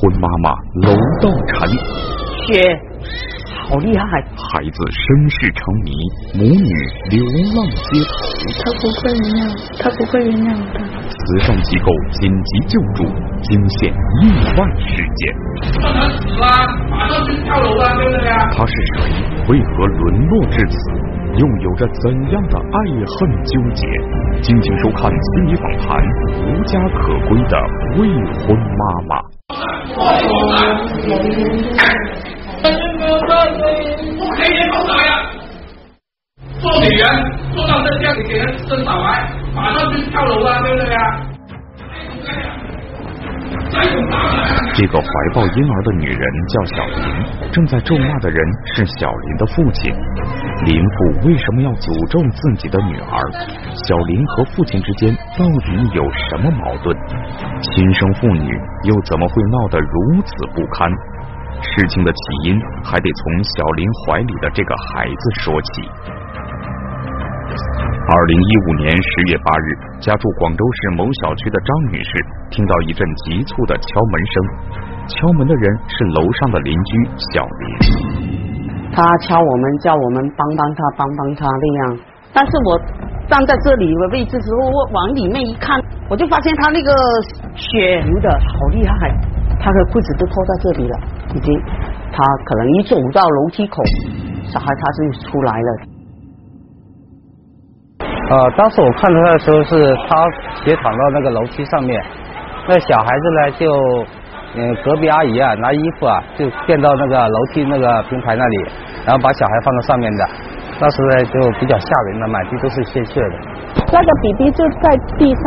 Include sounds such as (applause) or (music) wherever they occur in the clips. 婚妈妈娄道婵，雪，好厉害！孩子身世成谜，母女流浪街头。他不会原谅，他不会原谅我的。慈善机构紧急救助，惊现意外事件。死了，马上就跳楼了，对不对啊？他是谁？为何沦落至此？又有着怎样的爱恨纠结？敬请收看心理访谈《无家可归的未婚妈妈》。但是没有办法，不可以搞啥呀？做女人做到这样，你给人生小孩，马上就跳楼了，对不对啊？再有大了，这个怀抱婴儿的女人叫小林，正在咒骂的人是小林的父亲。林父为什么要诅咒自己的女儿？小林和父亲之间到底有什么矛盾？亲生父女又怎么会闹得如此不堪？事情的起因还得从小林怀里的这个孩子说起。二零一五年十月八日，家住广州市某小区的张女士听到一阵急促的敲门声，敲门的人是楼上的邻居小林。他敲我们，叫我们帮帮他，帮帮他那样。但是我站在这里的位置时候，我往里面一看，我就发现他那个血流的好厉害，他的裤子都拖到这里了，已经。他可能一走到楼梯口，小孩他就出来了。呃，当时我看到他的时候是他斜躺到那个楼梯上面，那小孩子呢就，嗯、隔壁阿姨啊拿衣服啊就垫到那个楼梯那个平台那里，然后把小孩放到上面的，当时呢就比较吓人了，满地都是鲜血的。那个 BB 就在地上，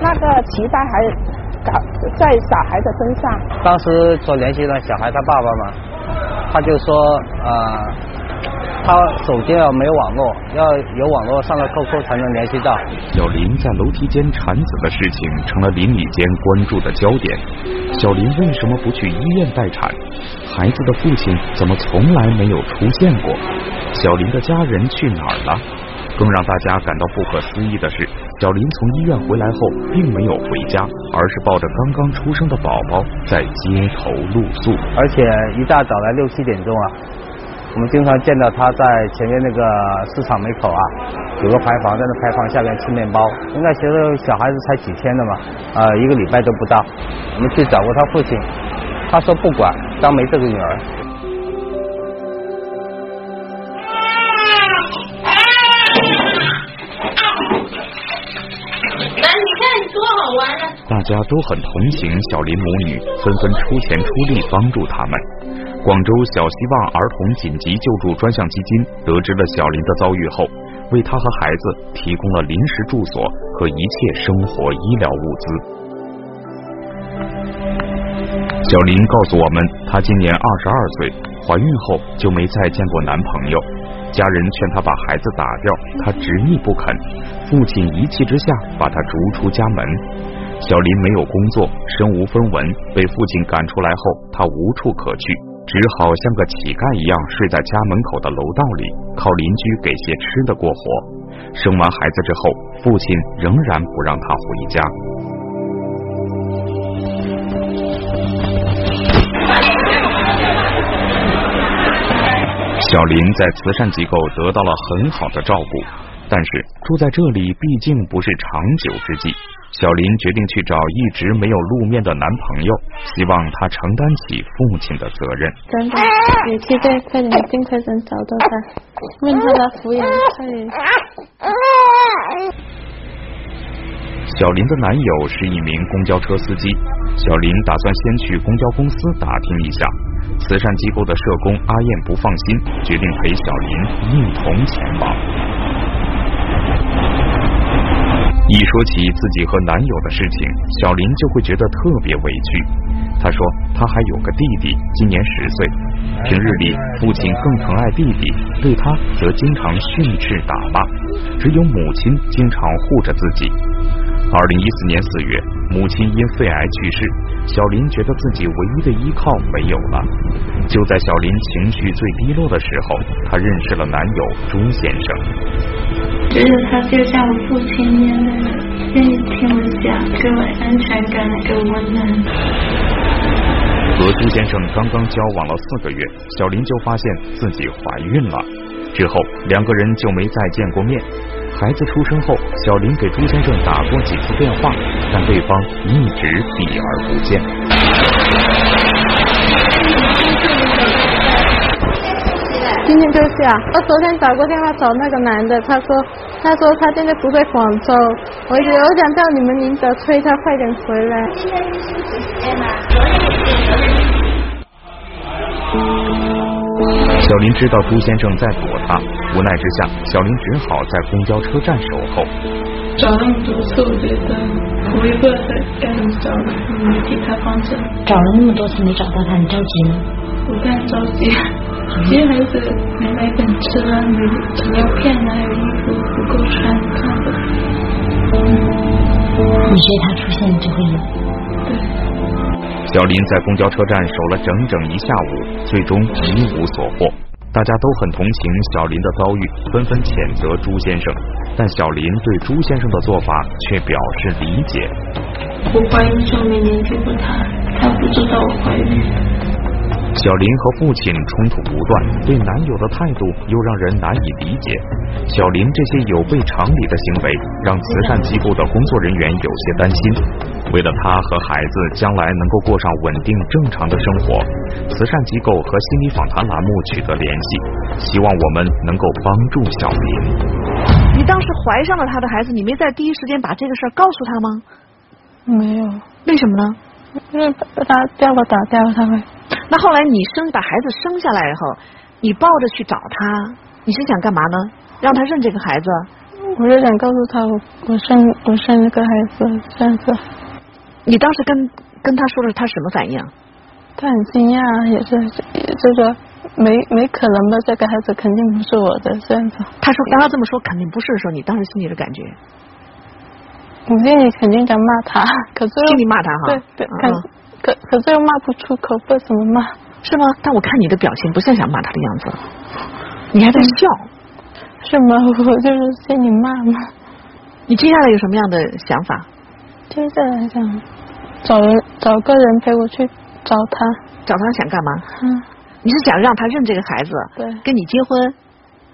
那个脐带还搞在小孩的身上。当时所联系的小孩他爸爸嘛，他就说啊、他手机要没有网络，要有网络上了 QQ 才能联系到。小林在楼梯间产子的事情成了邻里间关注的焦点。小林为什么不去医院待产？孩子的父亲怎么从来没有出现过？小林的家人去哪儿了？更让大家感到不可思议的是，小林从医院回来后并没有回家，而是抱着刚刚出生的宝宝在街头露宿。而且一大早来六七点钟啊，我们经常见到他在前面那个市场门口啊，有个牌坊，在那牌坊下面吃面包。应该觉得小孩子才几天的嘛，呃，一个礼拜都不到。我们去找过他父亲，他说不管，当没这个女儿。咱你看多好玩啊！大家都很同情小林母女，纷纷出钱出力帮助他们。广州小希望儿童紧急救助专项基金得知了小林的遭遇后，为他和孩子提供了临时住所和一切生活医疗物资。小林告诉我们，她今年二十二岁，怀孕后就没再见过男朋友。家人劝她把孩子打掉，她执意不肯。父亲一气之下把她逐出家门。小林没有工作，身无分文，被父亲赶出来后，她无处可去，只好像个乞丐一样睡在家门口的楼道里，靠邻居给些吃的过活。生完孩子之后，父亲仍然不让她回家。小林在慈善机构得到了很好的照顾，但是住在这里毕竟不是长久之计。小林决定去找一直没有露面的男朋友，希望他承担起父亲的责任。真的，有机会快点，一定快点找到他，问他来抚养，快点。小林的男友是一名公交车司机，小林打算先去公交公司打听一下。慈善机构的社工阿燕不放心，决定陪小林一同前往。一说起自己和男友的事情，小林就会觉得特别委屈。她说，她还有个弟弟，今年十岁，平日里父亲更疼爱弟弟，对她则经常训斥打骂，只有母亲经常护着自己。二零一四年四月，母亲因肺癌去世，小林觉得自己唯一的依靠没有了。就在小林情绪最低落的时候，她认识了男友朱先生。觉得他就像我父亲一样的人，愿意听我讲，给我安全感，给我温暖。和朱先生刚刚交往了四个月，小林就发现自己怀孕了。之后两个人就没再见过面。孩子出生后，小林给朱先生打过几次电话，但对方一直避而不见。今天就是啊，我昨天打过电话找那个男的，他说他说他现在不在广州，我觉得我想叫你们领导催他快点回来。现在是休息时间了。小林知道朱先生在躲他，无奈之下，小林只好在公交车站守候。早上读是我觉得我一个人该怎么找你给他帮助，找了那么多次没找到他，你着急吗？我更着急。因为孩子没买本吃啊，没纸尿片啊，有衣服不够穿，看不你觉得他出现就会有？小林在公交车站守了整整一下午，最终一无所获。大家都很同情小林的遭遇，纷纷谴责朱先生，但小林对朱先生的做法却表示理解。我怀孕就没研究过他，他不知道我怀孕。小林和父亲冲突不断，对男友的态度又让人难以理解。小林这些有悖常理的行为，让慈善机构的工作人员有些担心。为了他和孩子将来能够过上稳定正常的生活，慈善机构和心理访谈栏目取得联系，希望我们能够帮助小林。你当时怀上了他的孩子，你没在第一时间把这个事儿告诉他吗？没有，为什么呢？因为他叫我打电话，他会那后来你生把孩子生下来以后，你抱着去找他，你是想干嘛呢？让他认这个孩子？我就想告诉他我我生我生了个孩子，这样子，你当时跟跟他说了，他什么反应？他很惊讶，也是也就说没没可能吧，这个孩子肯定不是我的，这样子，他说当他这么说，肯定不是的时候，你当时心里的感觉，我心里肯定想骂他，可是又心里骂他哈对，对，嗯可嗯可可是又骂不出口，不知道怎么骂，是吗？但我看你的表情不像想骂他的样子，你还在笑。是吗？我就是心里骂嘛。你接下来有什么样的想法？嗯接着来讲，找人找个人陪我去找他，找他想干嘛？嗯，你是想让他认这个孩子，对跟你结婚，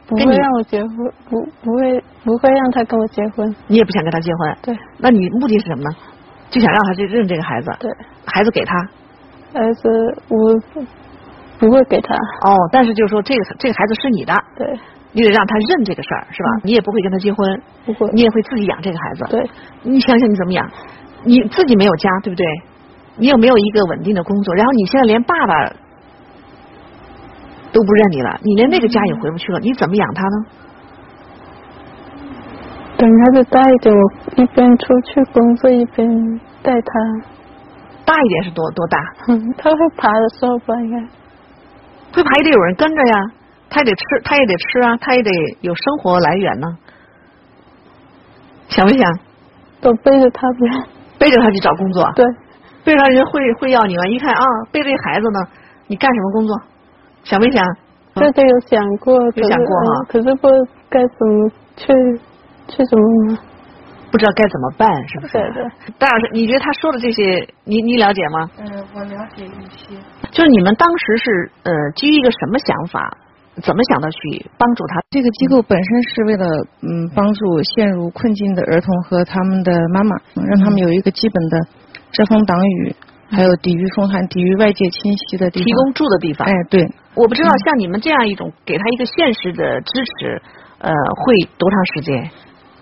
不跟你会让我结婚，不不会不会让他跟我结婚，你也不想跟他结婚，对那你目的是什么呢？就想让他去认这个孩子，对，孩子给他，儿子我不会给他，哦，但是就是说这个这个孩子是你的，对，嗯你得让他认这个事儿，是吧？你也不会跟他结婚，不会，你也会自己养这个孩子。对，你想想你怎么养，你自己没有家，对不对？你有没有一个稳定的工作？然后你现在连爸爸都不认你了，你连那个家也回不去了，你怎么养他呢？等孩子大一点，我一边出去工作一边带他，大一点是多多大？嗯， (laughs) 他会爬的时候吧，应该，会爬也得有人跟着呀，他也得吃，他也得吃啊，他也得有生活来源呢。想没想我背着他呗，背着他去找工作？啊对，背着他人会会要你吗？一看啊，背着一孩子呢，你干什么工作？想没想？嗯这个有想过，可是想过哈嗯可是不知道该怎么去去怎么呢？不知道该怎么办，是不啊是？对对。戴老师，你觉得他说的这些，你你了解吗？呃，我了解一些。就是你们当时是呃，基于一个什么想法，怎么想到去帮助他？这个机构本身是为了嗯帮助陷入困境的儿童和他们的妈妈，嗯让他们有一个基本的遮风挡雨，还有抵御风寒、抵御外界侵袭的地方。提供住的地方哎，，对，我不知道像你们这样一种给他一个现实的支持，呃，会多长时间？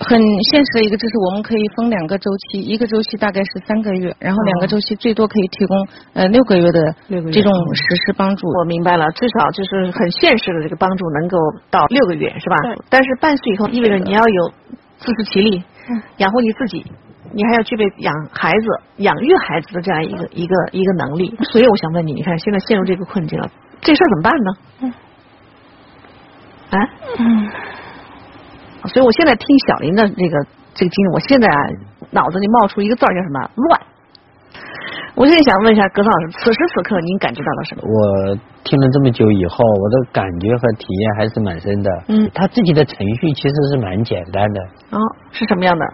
很现实的一个支持，我们可以分两个周期，一个周期大概是三个月，然后两哦个周期最多可以提供呃六个月的六个月这种实施帮助。我明白了，至少就是很现实的这个帮助能够到六个月，是吧？对但是伴随以后意味着你要有自食其力，嗯养活你自己，你还要具备养孩子、养育孩子的这样一个嗯一个一个能力。所以我想问你，你看现在陷入这个困境了，这事儿怎么办呢？嗯啊？所以我现在听小林的这个这个经历，我现在啊脑子里冒出一个字儿叫什么乱。我现在想问一下葛桑老师，此时此刻您感觉到了什么？我听了这么久以后，我的感觉和体验还是蛮深的。嗯他自己的程序其实是蛮简单的，哦，是什么样的？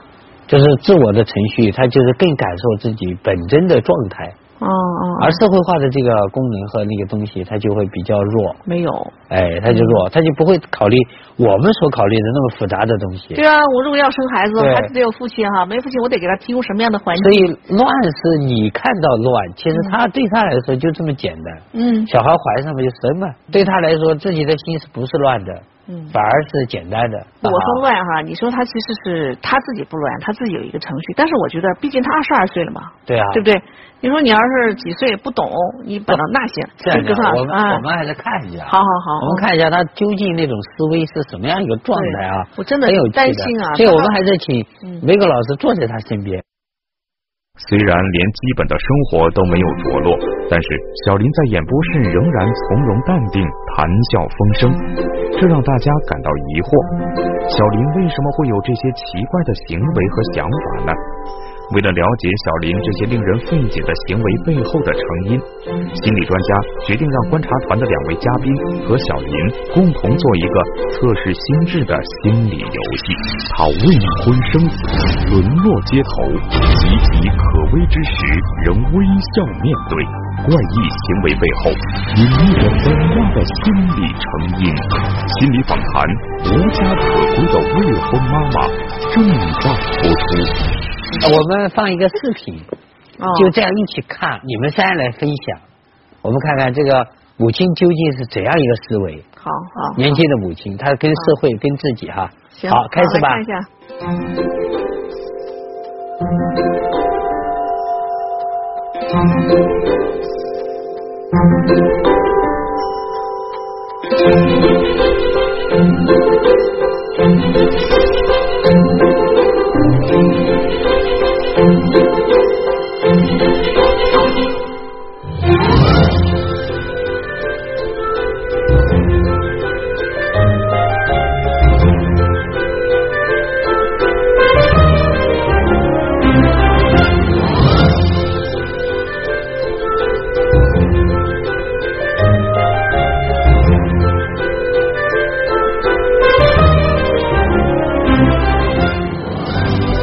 就是自我的程序，他就是更感受自己本真的状态。哦哦。而社会化的这个功能和那个东西，它就会比较弱。没有。嗯哎，它就弱，它就不会考虑我们所考虑的那么复杂的东西。对啊，我如果要生孩子，对孩子得有父亲哈、没父亲我得给他提供什么样的环境？所以乱是你看到乱，其实他对他来说就这么简单。嗯小孩怀上面就生嘛，对他来说自己的心是不是乱的，嗯。反而是简单的。我说啊乱哈、你说他其实是他自己不乱，他自己有一个程序。但是我觉得，毕竟他二十二岁了嘛，对啊，对不对？你说你要是几岁不懂，你把到那些，这样就知讲道，我们、啊我。们还是看一下。好好好我们看一下他究竟那种思维是什么样一个状态啊？我真的很有趣担心啊所以他我们还是请嗯梅格老师坐在他身边。虽然连基本的生活都没有着落，但是小林在演播室仍然从容淡定，谈笑风生，这让大家感到疑惑：小林为什么会有这些奇怪的行为和想法呢？为了了解小林这些令人费解的行为背后的成因，心理专家决定让观察团的两位嘉宾和小林共同做一个测试心智的心理游戏，讨论婚生子，沦落街头，岌岌可危之时仍微笑面对，怪异行为背后隐匿着怎样的心理成因？心理访谈无家可归的未婚妈妈正在播出。呃我们放一个视频，哦就这样一起看，你们三人来分享，我们看看这个母亲究竟是怎样一个思维。好好。年轻的母亲，她跟社会、跟自己哈。哦行，好，开始吧来。看一下。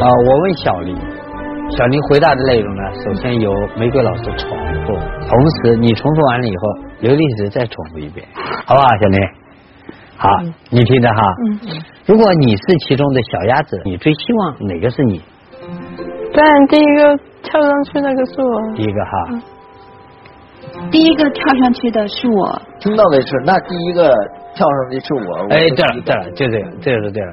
啊，我问小林，小林回答的内容呢，首先由玫瑰老师重复，同时你重复完了以后，刘丽子再重复一遍，好不好，小林？好，你听着哈。嗯。如果你是其中的小鸭子，你最希望哪个是你？当然，第一个跳上去那个是我。第一个哈。第一个跳上去的是我，听到的是，那第一个跳上去是我。我哎，就对了对了，就这样，这就是这样。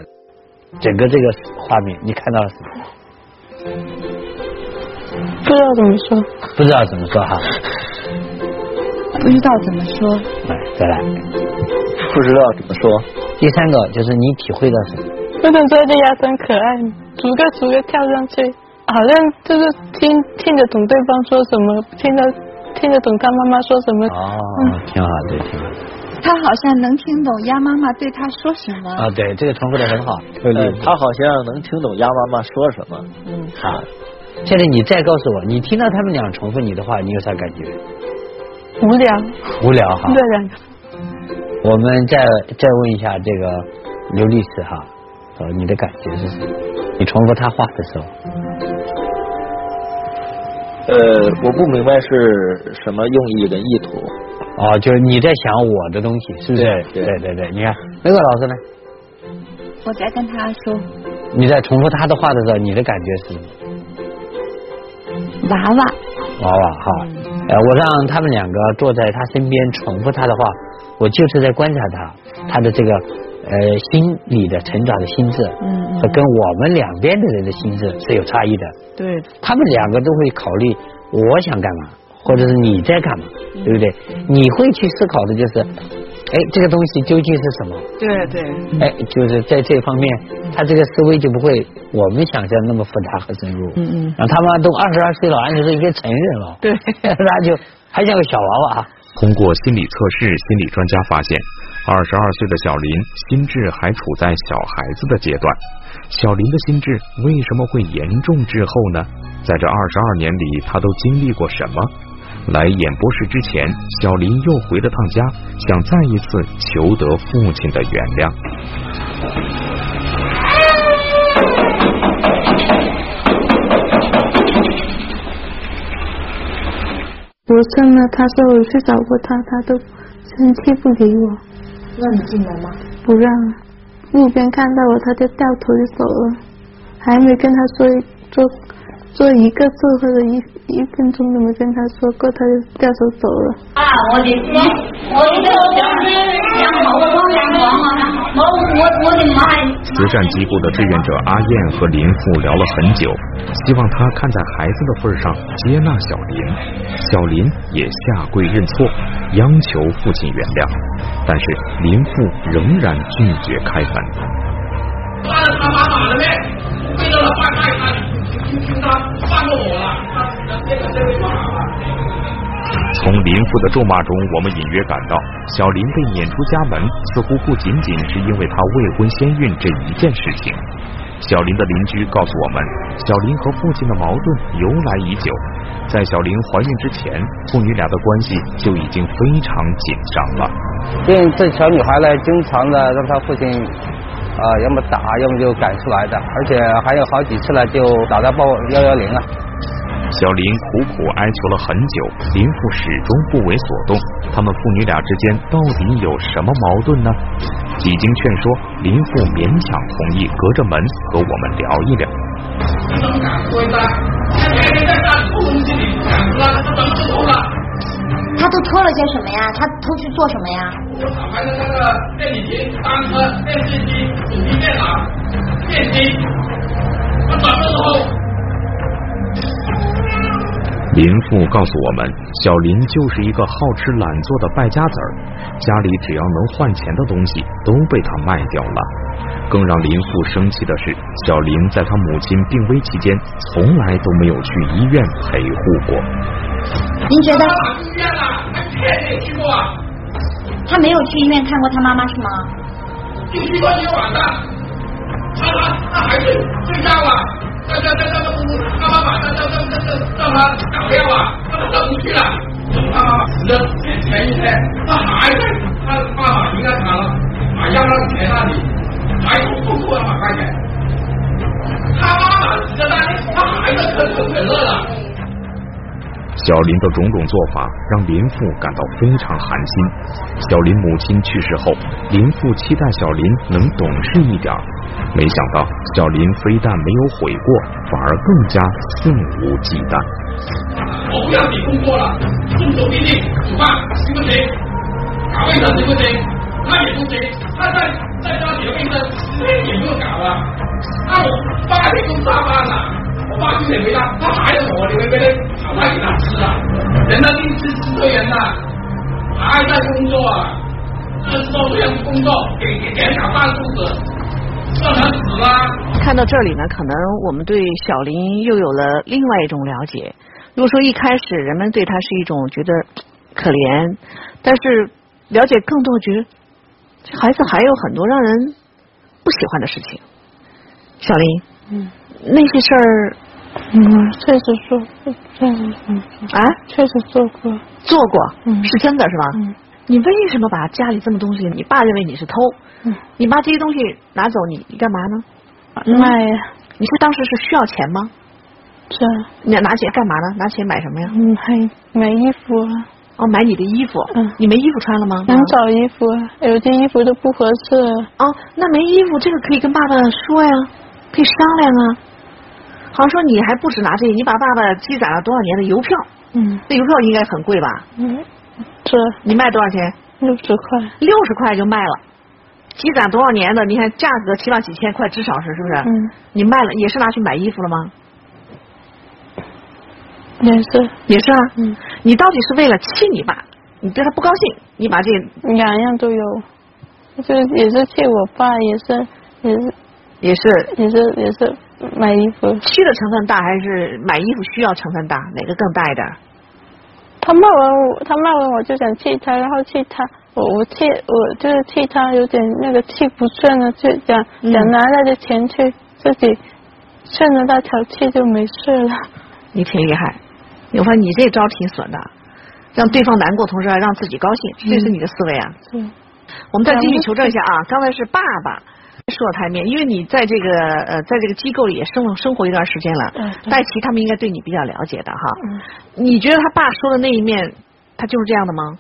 整个这个画面，你看到了什么？不知道怎么说，不知道怎么说哈。不知道怎么说。来，再来。不知道怎么说。第三个就是你体会到什么？那种说就压真可爱，逐个逐个跳上去，好像就是听听得懂对方说什么，听得听得懂他妈妈说什么。嗯哦，挺好，对，挺好。他好像能听懂鸭妈妈对他说什么。啊，对，这个重复的很好。呃，他好像能听懂鸭妈妈说什么。嗯，好。现在你再告诉我，你听到他们俩重复你的话，你有啥感觉？无聊，无聊哈。对的。我们再再问一下这个刘律师哈，呃，你的感觉是什么？你重复他话的时候，呃，我不明白是什么用意跟意图。哦，就是你在想我的东西，是不是？对对对对，你看那个老师呢，我在跟他说，你在重复他的话的时候，你的感觉是什么？娃娃，娃娃哈，嗯呃，我让他们两个坐在他身边，重复他的话，我就是在观察他，他的这个呃心理的成长的心智，嗯嗯和跟我们两边的人的心智是有差异的。对，他们两个都会考虑我想干嘛，或者是你在干嘛，嗯对不对？你会去思考的就是，哎，这个东西究竟是什么？对对。哎，就是在这方面，他这个思维就不会我们想象那么复杂和深入。嗯嗯然后他妈都二十二岁了，按理说应该成人了。 (laughs) 对，他就还像个小娃娃。通过心理测试，心理专家发现，二十二岁的小林心智还处在小孩子的阶段。小林的心智为什么会严重滞后呢？在这二十二年里，他都经历过什么？来演播室之前，小林又回了趟家，想再一次求得父亲的原谅。我生了他，说我去找过他，他都生气不理我。让你进来吗？不让啊。路边看到我，他就掉头就走了，还没跟他说一做做一个字或者一一分钟都没跟他说过，他就掉头走了。啊，我的妈！我的想是想我我想我啊，我我我的妈！慈善机构的志愿者阿燕和林父聊了很久，希望他看在孩子的份上接纳小林。小林也下跪认错，央求父亲原谅，但是林父仍然拒绝开门。打了他妈打了呗，为了他爸害他，你听他放过我了，他这个这个妈。从林父的咒骂中，我们隐约感到，小林被撵出家门，似乎不仅仅是因为她未婚先孕这一件事情。小林的邻居告诉我们，小林和父亲的矛盾由来已久，在小林怀孕之前，父女俩的关系就已经非常紧张了。因为这小女孩呢，经常的让她父亲啊、要么打，要么就赶出来的，而且还有好几次呢，就打到报幺幺零啊。小林苦苦哀求了很久，林父始终不为所动。他们父女俩之间到底有什么矛盾呢？几经劝说，林父勉强同意，隔着门和我们聊一聊。能敢追他？他天天在那不攻击你，敢抓他都能揍了。他都偷了些什么呀？他都去做什么呀？我打牌的那个电子琴、单车、电视机、手提电脑、电梯，他什么时候？林父告诉我们，小林就是一个好吃懒做的败家子儿，家里只要能换钱的东西都被他卖掉了。更让林父生气的是，小林在他母亲病危期间，从来都没有去医院陪护过。您觉得打医院了，他骗你也去过啊？他没有去医院看过他妈妈是吗？就去过一个晚上，他他他还是睡觉啊？这这这这这，他妈妈这这这这这让他搞掉啊，他都上不去了。他妈妈死的前前一天，他还在他爸爸银行了，还要他钱那里，还不付了两百块钱。他妈妈死的那天，他还在可口可乐了。小林的种种做法让林父感到非常寒心。小林母亲去世后，林父期待小林能懂事一点儿，没想到小林非但没有悔过，反而更加肆无忌惮。我不要你工作了，众筹给你煮饭行不行？搞卫生行不行？他也不行，他在在家里的卫生实在也没有搞啊。那我爸也工上班了，我爸去也没他，他还要我，你们别人炒饭给他吃啊，人家一吃四个人呐，还在工作啊，这做这样的工作给给人搞饭肚子，让他死啦。看到这里呢，可能我们对小林又有了另外一种了解。如果说一开始人们对他是一种觉得可怜，但是了解更多，觉得这孩子还有很多让人不喜欢的事情。小林，嗯，那些事儿嗯，确实做过，确实做过，啊确实做过。做过，嗯是真的是吧？嗯你为什么把家里这么东西，你爸认为你是偷，嗯，你妈这些东西拿走你，你干嘛呢？嗯卖你是当时是需要钱吗？这，你拿钱干嘛呢？拿钱买什么呀？嗯，还买衣服啊，哦，买你的衣服。嗯你没衣服穿了吗？嗯想找衣服啊，有些衣服都不合适啊。哦，那没衣服，这个可以跟爸爸说呀，可以商量啊。好像说你还不止拿这个，你把爸爸积攒了多少年的邮票，嗯那邮票应该很贵吧？嗯，这你卖多少钱？六十块，六十块就卖了，积攒多少年的？你看价格起码几千块，至少是是不是？嗯，你卖了也是拿去买衣服了吗？也是，也是啊。嗯，你到底是为了气你爸，你对他不高兴，你把这两样都有，就也是气我爸，也是也是也是也是也是买衣服，气的成分大还是买衣服需要成分大？哪个更大一点？他骂完我，他骂完我就想气他，然后气他，我我气我就是气他有点那个气不顺了，就想、嗯想拿那些钱去自己顺着那条气就没事 (laughs) 了。你挺厉害，我发现你这招挺损的，让对方难过，同时还让自己高兴，这是你的思维啊。是我们再继续求证一下啊，刚才是爸爸，说的太面，因为你在这个呃，在这个机构里也生了生活一段时间了，戴奇他们应该对你比较了解的哈。你觉得他爸说的那一面，他就是这样的吗？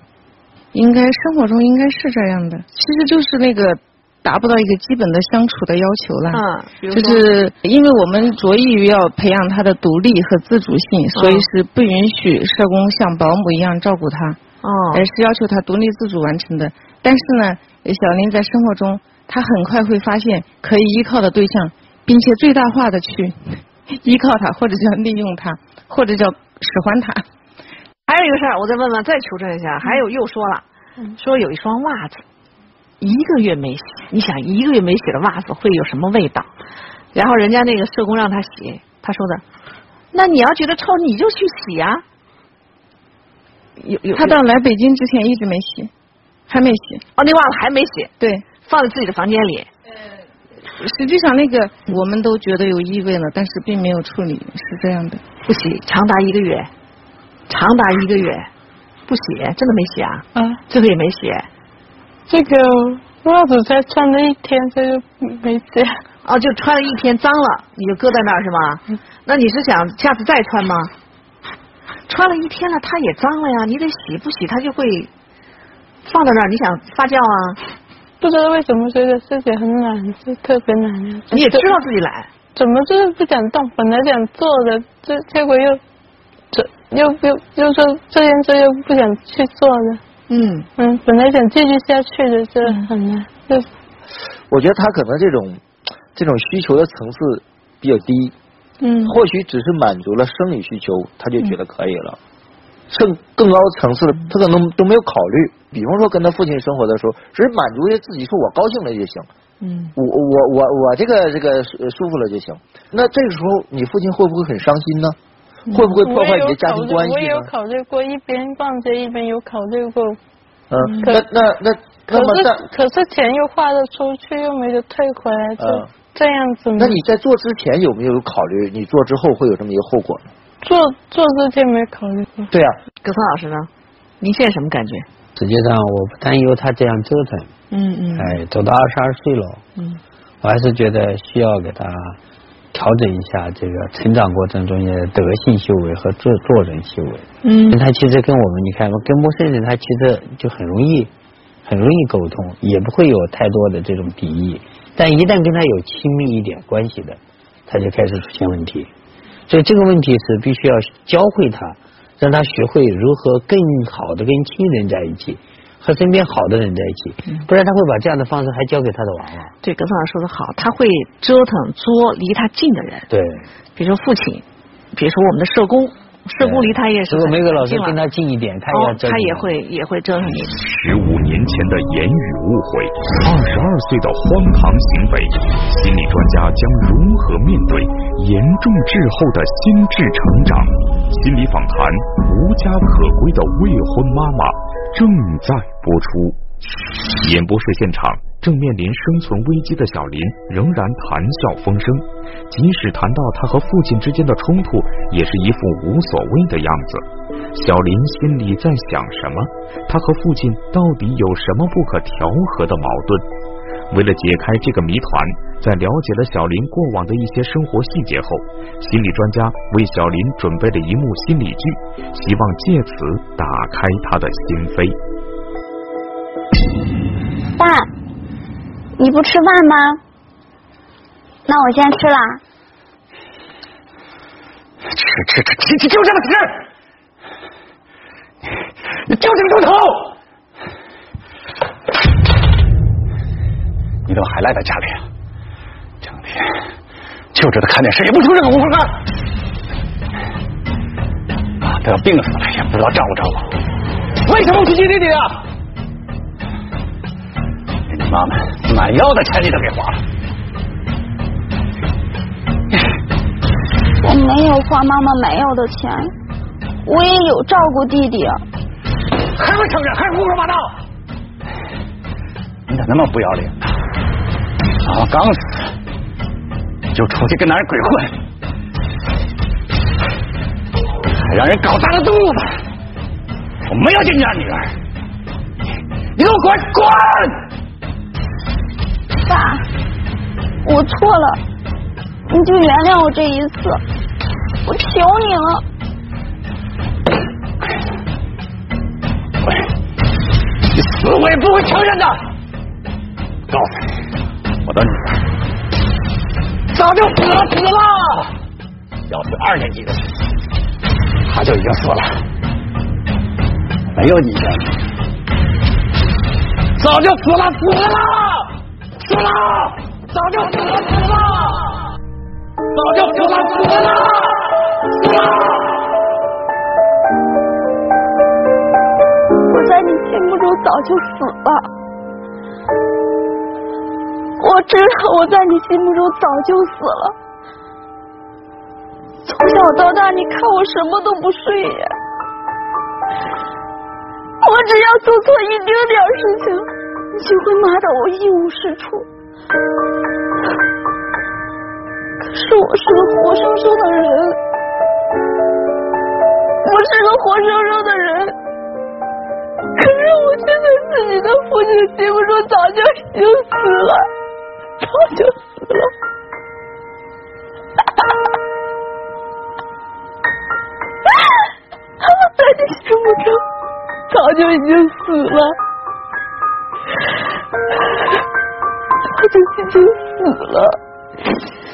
应该生活中应该是这样的，其实就是那个哦达不到一个基本的相处的要求了。嗯比如就说是因为我们着意于要培养他的独立和自主性，所以嗯是不允许社工像保姆一样照顾他，哦而是要求他独立自主完成的。但是呢，小林在生活中，他很快会发现可以依靠的对象，并且最大化的去 (laughs) 依靠他，或者叫利用他，或者叫使唤他。还有一个事儿，我再问问，再求证一下，还有又说了，说有一双袜子，一个月没洗，你想一个月没洗的袜子会有什么味道？然后人家那个社工让他洗，他说的，那你要觉得臭你就去洗啊。有有他到来北京之前一直没洗，还没洗。哦，那袜子还没洗，对，呃放在自己的房间里。实际上那个我们都觉得有异味了，但是并没有处理，是这样的。不洗，长达一个月，长达一个月不洗，真的没洗啊？啊，最后也没洗。这个袜子才穿了一天，这就没洗。哦，就穿了一天脏了，你就搁在那儿是嗯吗？那你是想下次再穿吗？穿了一天了，它也脏了呀，你得洗，不洗它就会放在那儿，你想发酵啊？不知道为什么觉得自己很懒，就特别啊懒。你也知道自己懒，怎么就是不想动？本来想做的，这结果又这又又又说这件事又不想去做的。嗯嗯，本来想继续下去的，这很难。就我觉得他可能这种这种需求的层次比较低，嗯，或许只是满足了生理需求，他就觉得可以了。甚更高层次的，他可能都没有考虑。比方说，跟他父亲生活的时候，只是满足于自己说我高兴了就行，嗯，我我我我这个这个舒舒服了就行。那这个时候，你父亲会不会很伤心呢？会不会破坏你的家庭关系我也嗯有呢？考虑过，一边逛街一边有考虑过，嗯，可那那那可那么在是可是钱又花了出去，又没得退回来，就嗯这样子嘛。那 (laughs) 你在做之前有没有考虑你做之后会有这么一个后果呢？做做之前没考虑过？对啊，葛峰老师呢？您现在什么感觉？实际上，我不担忧他这样折腾。嗯嗯哎，走到二十二岁了，嗯我还是觉得需要给他调整一下这个成长过程中间的德性修为和做做人修为。嗯他其实跟我们，你看，跟陌生人他其实就很容易，很容易沟通，也不会有太多的这种敌意。但一旦跟他有亲密一点关系的，他就开始出现问题。所以这个问题是必须要教会他，让他学会如何更好的跟亲人在一起，和身边好的人在一起，不然他会把这样的方式还交给他的娃娃。嗯对，葛峰老师说的好，他会折腾作离他近的人，对，比如说父亲，比如说我们的社工，社工离他也是如果梅格老师很近了跟他近一点，他也要哦，折腾嗯他也会也会折腾你。十五年前的言语误会，二十二岁的荒唐行为，心理专家将如何面对严重滞后的心智成长？心理访谈《无家可归的未婚妈妈》正在播出。演播室现场，正面临生存危机的小林仍然谈笑风生，即使谈到他和父亲之间的冲突，也是一副无所谓的样子。小林心里在想什么？他和父亲到底有什么不可调和的矛盾？为了解开这个谜团，在了解了小林过往的一些生活细节后，心理专家为小林准备了一幕心理剧，希望借此打开他的心扉。爸，你不吃饭吗？那我先吃了。吃吃吃吃，就这么吃，你就这个钟头，你怎么还赖在家里啊？整天就知道看电视，也不出这个功夫看。啊，都要病死了，也不知道照顾照顾。为什么不去接弟弟啊？给你妈妈买药的钱你都给花了，我没有花妈妈买药的钱，我也有照顾弟弟啊。还不承认，还胡说八道！你咋那么不要脸呢？啊，刚死就出去跟男人鬼混，还让人搞大了肚子。我没有见你家女儿，你给我滚滚！爸，我错了，你就原谅我这一次，我求你了。你死我也不会承认的！告诉你，我的女儿早就死了死了。要是二年级的时候，她就已经死了。没有你的，早就死了死了死了，早就死了死了，早就死了死了死了。我在你心目中早就死了。我知道我在你心目中早就死了。从小到大，你看我什么都不顺眼，我只要做错一丁点儿事情，你就会骂得我一无是处。可是我是个活生生的人，我是个活生生的人。可是我却在自己的父亲心目中早就已经死了，早就死了。我在你心目中早就已经死了，早就已经死了。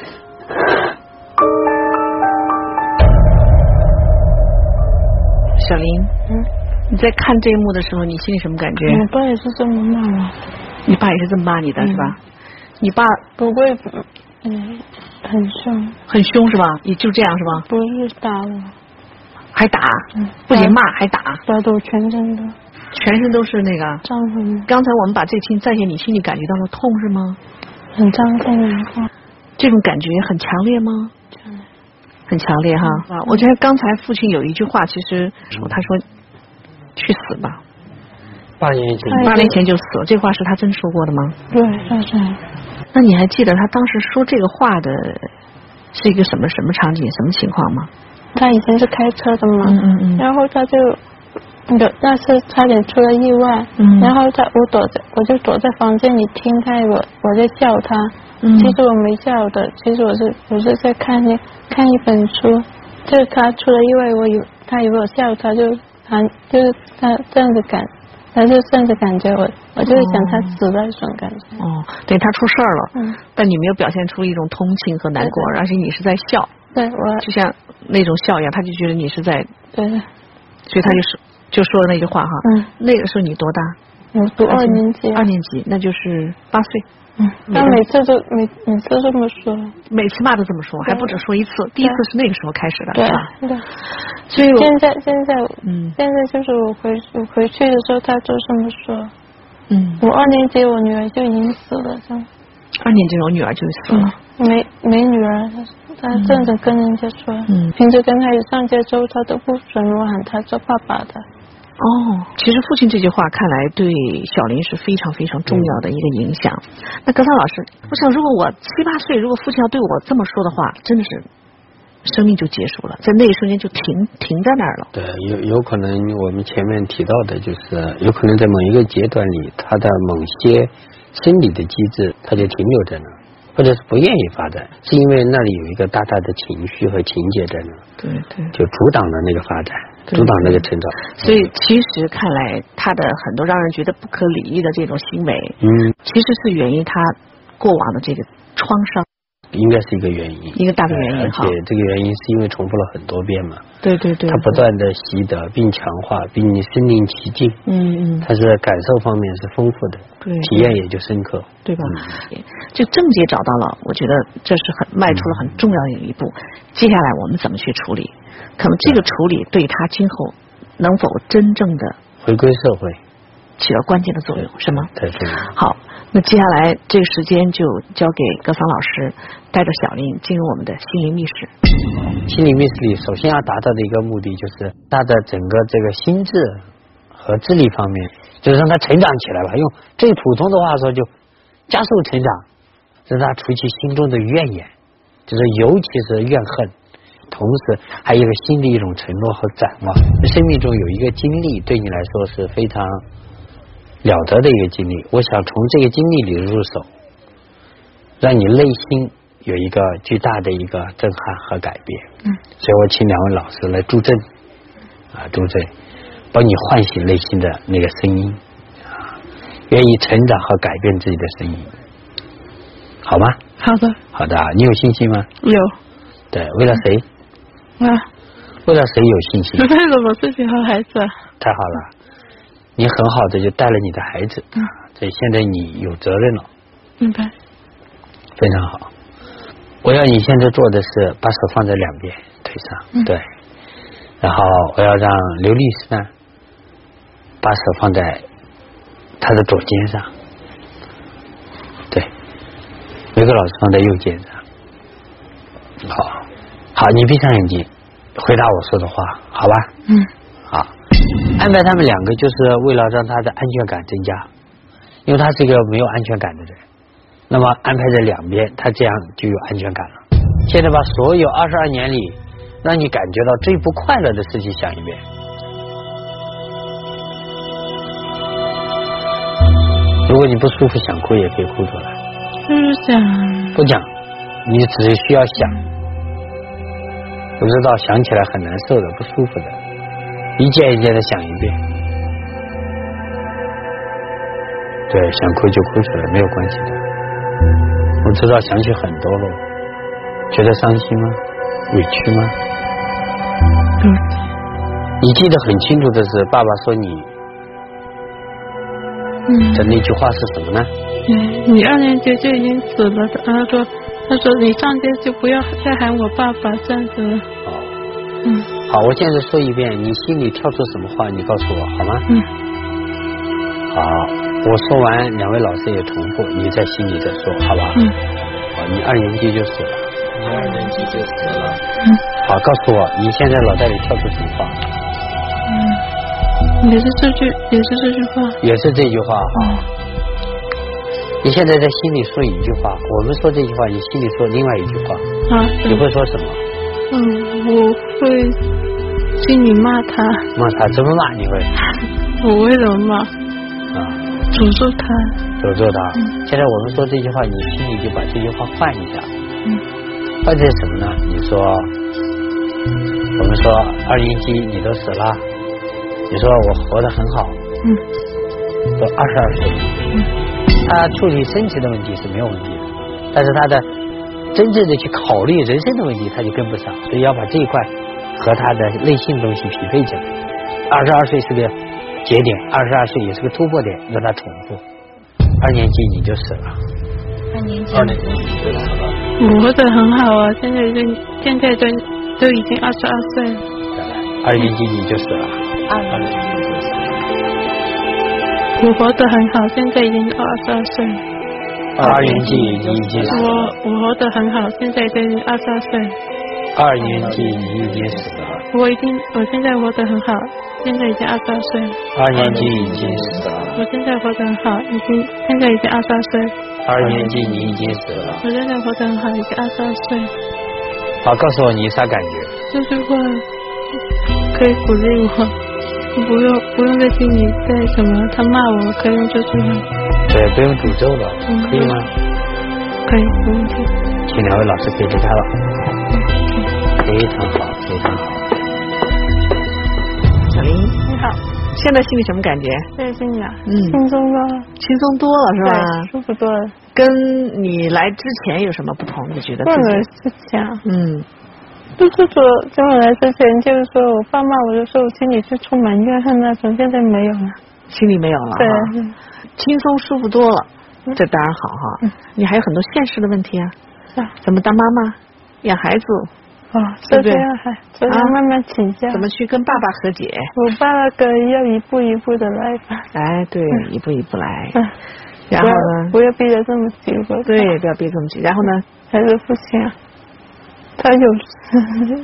小林，嗯，你在看这一幕的时候，你心里什么感觉？我爸也是这么骂我，你爸也是这么骂你的、是吧？你爸嗯不会，嗯，很凶，很凶是吧？你就这样是吧？不是打我，嗯还打，不仅骂还打，打得我全身都全身都是那个。胀疼，刚才我们把这期再现你心里感觉到了痛是吗？很胀痛的一个。这种感觉很强烈吗？嗯很强烈哈。啊，我觉得刚才父亲有一句话，其实说他说去死吧，八年以前哎，八年前就死了，这话是他真说过的吗？对，但是那你还记得他当时说这个话的是一个什么什么场景、什么情况吗？他以前是开车的嘛，嗯嗯嗯然后他就有那次差点出了意外，嗯然后他我躲在我就躲在房间里听他我我在叫他，嗯其实我没叫的，其实我是我是在看一看一本书，就是他出了意外，我以为他以为我笑他就喊就是他这样子感，他就这样子感觉我，我就是想他死的一种感觉，哦，对他出事儿了，嗯但你没有表现出一种同情和难过，而且你是在笑，对我就像那种笑一样，他就觉得你是在，对，所以他就是就说了那句话哈。嗯。那个时候你多大？我读二年级，二年级，那就是八岁。嗯他每次都每每次这么说，每次骂都这么说，还不止说一次。第一次是那个时候开始的，对啊是吧？对。所以我现在现在，嗯，现在就是我回我回去的时候，他就这么说。嗯，我二年级，我女儿就已经死了，这样二年级我女儿就死了。没没女儿，他这样子跟人家说，嗯平时跟他有上街之后，他都不准我喊他做爸爸的。哦，其实父亲这句话看来对小林是非常非常重要的一个影响。那格桑老师，我想如果我七八岁，如果父亲要对我这么说的话，真的是生命就结束了，在那一瞬间就停停在那儿了。对，有有可能我们前面提到的，就是有可能在某一个阶段里，他的某些生理的机制，它就停留在那儿，或者是不愿意发展，是因为那里有一个大大的情绪和情节在那儿，对对。就阻挡了那个发展，对阻挡那个成长。所以其实看来，他的很多让人觉得不可理喻的这种行为，嗯，其实是源于他过往的这个创伤，应该是一个原因，一个大的原因而哈且。这个原因是因为重复了很多遍嘛，对对对。它不断的习得并强化，并身临其境，嗯嗯，它是感受方面是丰富的，对体验也就深刻。嗯对吧？嗯就症结找到了，我觉得这是很迈出了很重要的一步。接下来我们怎么去处理？可能这个处理对他今后能否真正的回归社会，起到关键的作用，是吗？对对。好，那接下来这个时间就交给格桑老师带着小林进入我们的心灵密室。心理密室里首先要达到的一个目的，就是他的整个这个心智和智力方面，就是让他成长起来吧。用最普通的话说，就加速成长，让他除去心中的怨言，就是尤其是怨恨。同时，还有一个新的一种承诺和展望。生命中有一个经历，对你来说是非常了得的一个经历。我想从这个经历里入手，让你内心有一个巨大的一个震撼和改变。嗯，所以我请两位老师来助阵，啊，助阵，帮你唤醒内心的那个声音，啊，愿意成长和改变自己的声音，好吗？好的，好的啊，你有信心吗？有，对，为了谁？啊，为了谁有信心？ (laughs) 为了我自己和孩子。啊太好了，你很好的就带了你的孩子，嗯所以现在你有责任了，明白。非常好。我要你现在做的是把手放在两边腿上，嗯对，然后我要让刘律师呢，把手放在他的左肩上，对，梅格老师放在右肩上，好，好，你闭上眼睛，回答我说的话，好吧？嗯，好，安排他们两个就是为了让他的安全感增加，因为他是一个没有安全感的人，那么安排在两边，他这样就有安全感了。现在把所有二十二年里让你感觉到最不快乐的事情想一遍。如果你不舒服想哭也可以哭出来，就是想，不讲，你只需要想，我知道想起来很难受的、不舒服的，一件一件的想一遍。对，想哭就哭出来，没有关系的。我知道想起很多了，觉得伤心吗？委屈吗？你记得很清楚的是，爸爸说你嗯的那句话是什么呢？嗯，你二年级就已经死了的，他说，他说你上街就不要再喊我爸爸这样子了。嗯好，我现在说一遍，你心里跳出什么话，你告诉我好吗？嗯。好，我说完，两位老师也重复，你在心里再说，好吧？嗯。好，你二年级就死了。二年级就死了。嗯好，告诉我，你现在脑袋里跳出什么话？嗯，也是这句，也是这句话。哦也是这句话嗯哈。你现在在心里说一句话，我们说这句话，你心里说另外一句话，啊，你会说什么？嗯，我会心里骂他，骂他怎么骂？你会我为什么骂？啊，诅咒他。诅咒他。现在我们说这句话，你心里就把这句话换一下。嗯。换成什么呢？你说，我们说二年级你都死了，你说我活得很好，嗯都二十二岁了，他处理身体的问题是没有问题的，但是他的真正的去考虑人生的问题，他就跟不上，所以要把这一块和他的内心的东西匹配起来。二十二岁是个节点，二十二岁也是个突破点，让他重复。二年级你就死了，二年级，二年级你就死了。我活得很好啊，现在已经现在都都已经二十二岁了。二年级你就死了。二年级就死了。我活得很好，现在已经二十二岁了。啊二年级你已经死了。我我活得很好，现在已经二十二岁了。二年级你已经死了。我已经，我现在活得很好，现在已经二十二岁了。二年级已经死了。我现在活得很好，已经现在已经二十二岁了。二年级你已经死了。我现在活得很好，已经二十二岁了。好，告诉我你啥感觉？这句话可以鼓励我，不用不用在心里再什么，他骂我可以用这句话，对，不用诅咒了，嗯可以吗？可以不用听。请两位老师可以离开了。非常好，非常好。小林，你好，现在心里什么感觉？谢谢心里啊，嗯轻松了，轻松多了是吧？对舒服多了。跟你来之前有什么不同？你觉得或自者己？是讲，嗯，就是说，在我来之前，就是说我爸妈，我就说我心里是充满怨恨那种，现在没有了。心里没有了哈。对，啊轻松舒服多了，嗯这当然好哈。你还有很多现实的问题啊，是啊怎么当妈妈、养孩子，哦，对这不对些还，哎这些啊慢慢请教。怎么去跟爸爸和解？我爸爸哥要一步一步的来吧。哎，对，一步一步来。嗯然后呢？不要不要逼得这么紧吧。对，不要憋这么急。然后呢？还是父亲啊，他有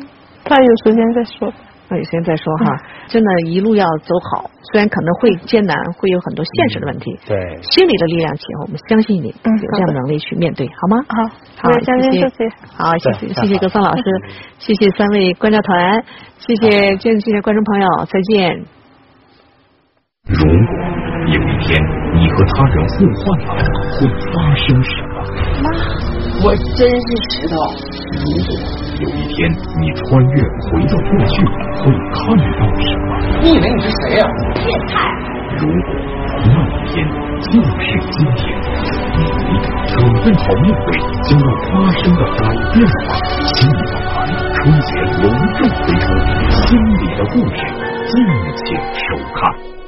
他有时间再说吧。嗯那哦有时间再说哈。真的，一路要走好，虽然可能会艰难，会有很多现实的问题。对，心理的力量起，我们相信你嗯有这样的能力去面对，好吗？好，好我也，相信谢谢自己。好，谢对谢太谢谢好格桑老师，谢谢三位观察团，谢谢见这些观众朋友，再见。如果有一天你和他人互换了，会发生什么？妈，我真是石头。如果有一天你穿越回到过去，会看到什么？你以为你是谁呀、啊？变态！如果那一天就是今天，你准备好面对将要发生的改变了吗？新的牌春节隆重推出，心里的故事敬请收看。